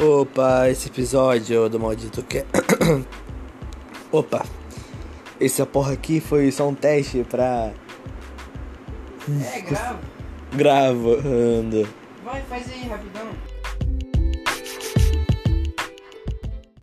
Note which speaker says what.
Speaker 1: Opa, esse episódio do maldito que. Opa, essa porra aqui foi só um teste pra.
Speaker 2: É, grava.
Speaker 1: Gravando.
Speaker 2: Vai, faz aí, rapidão.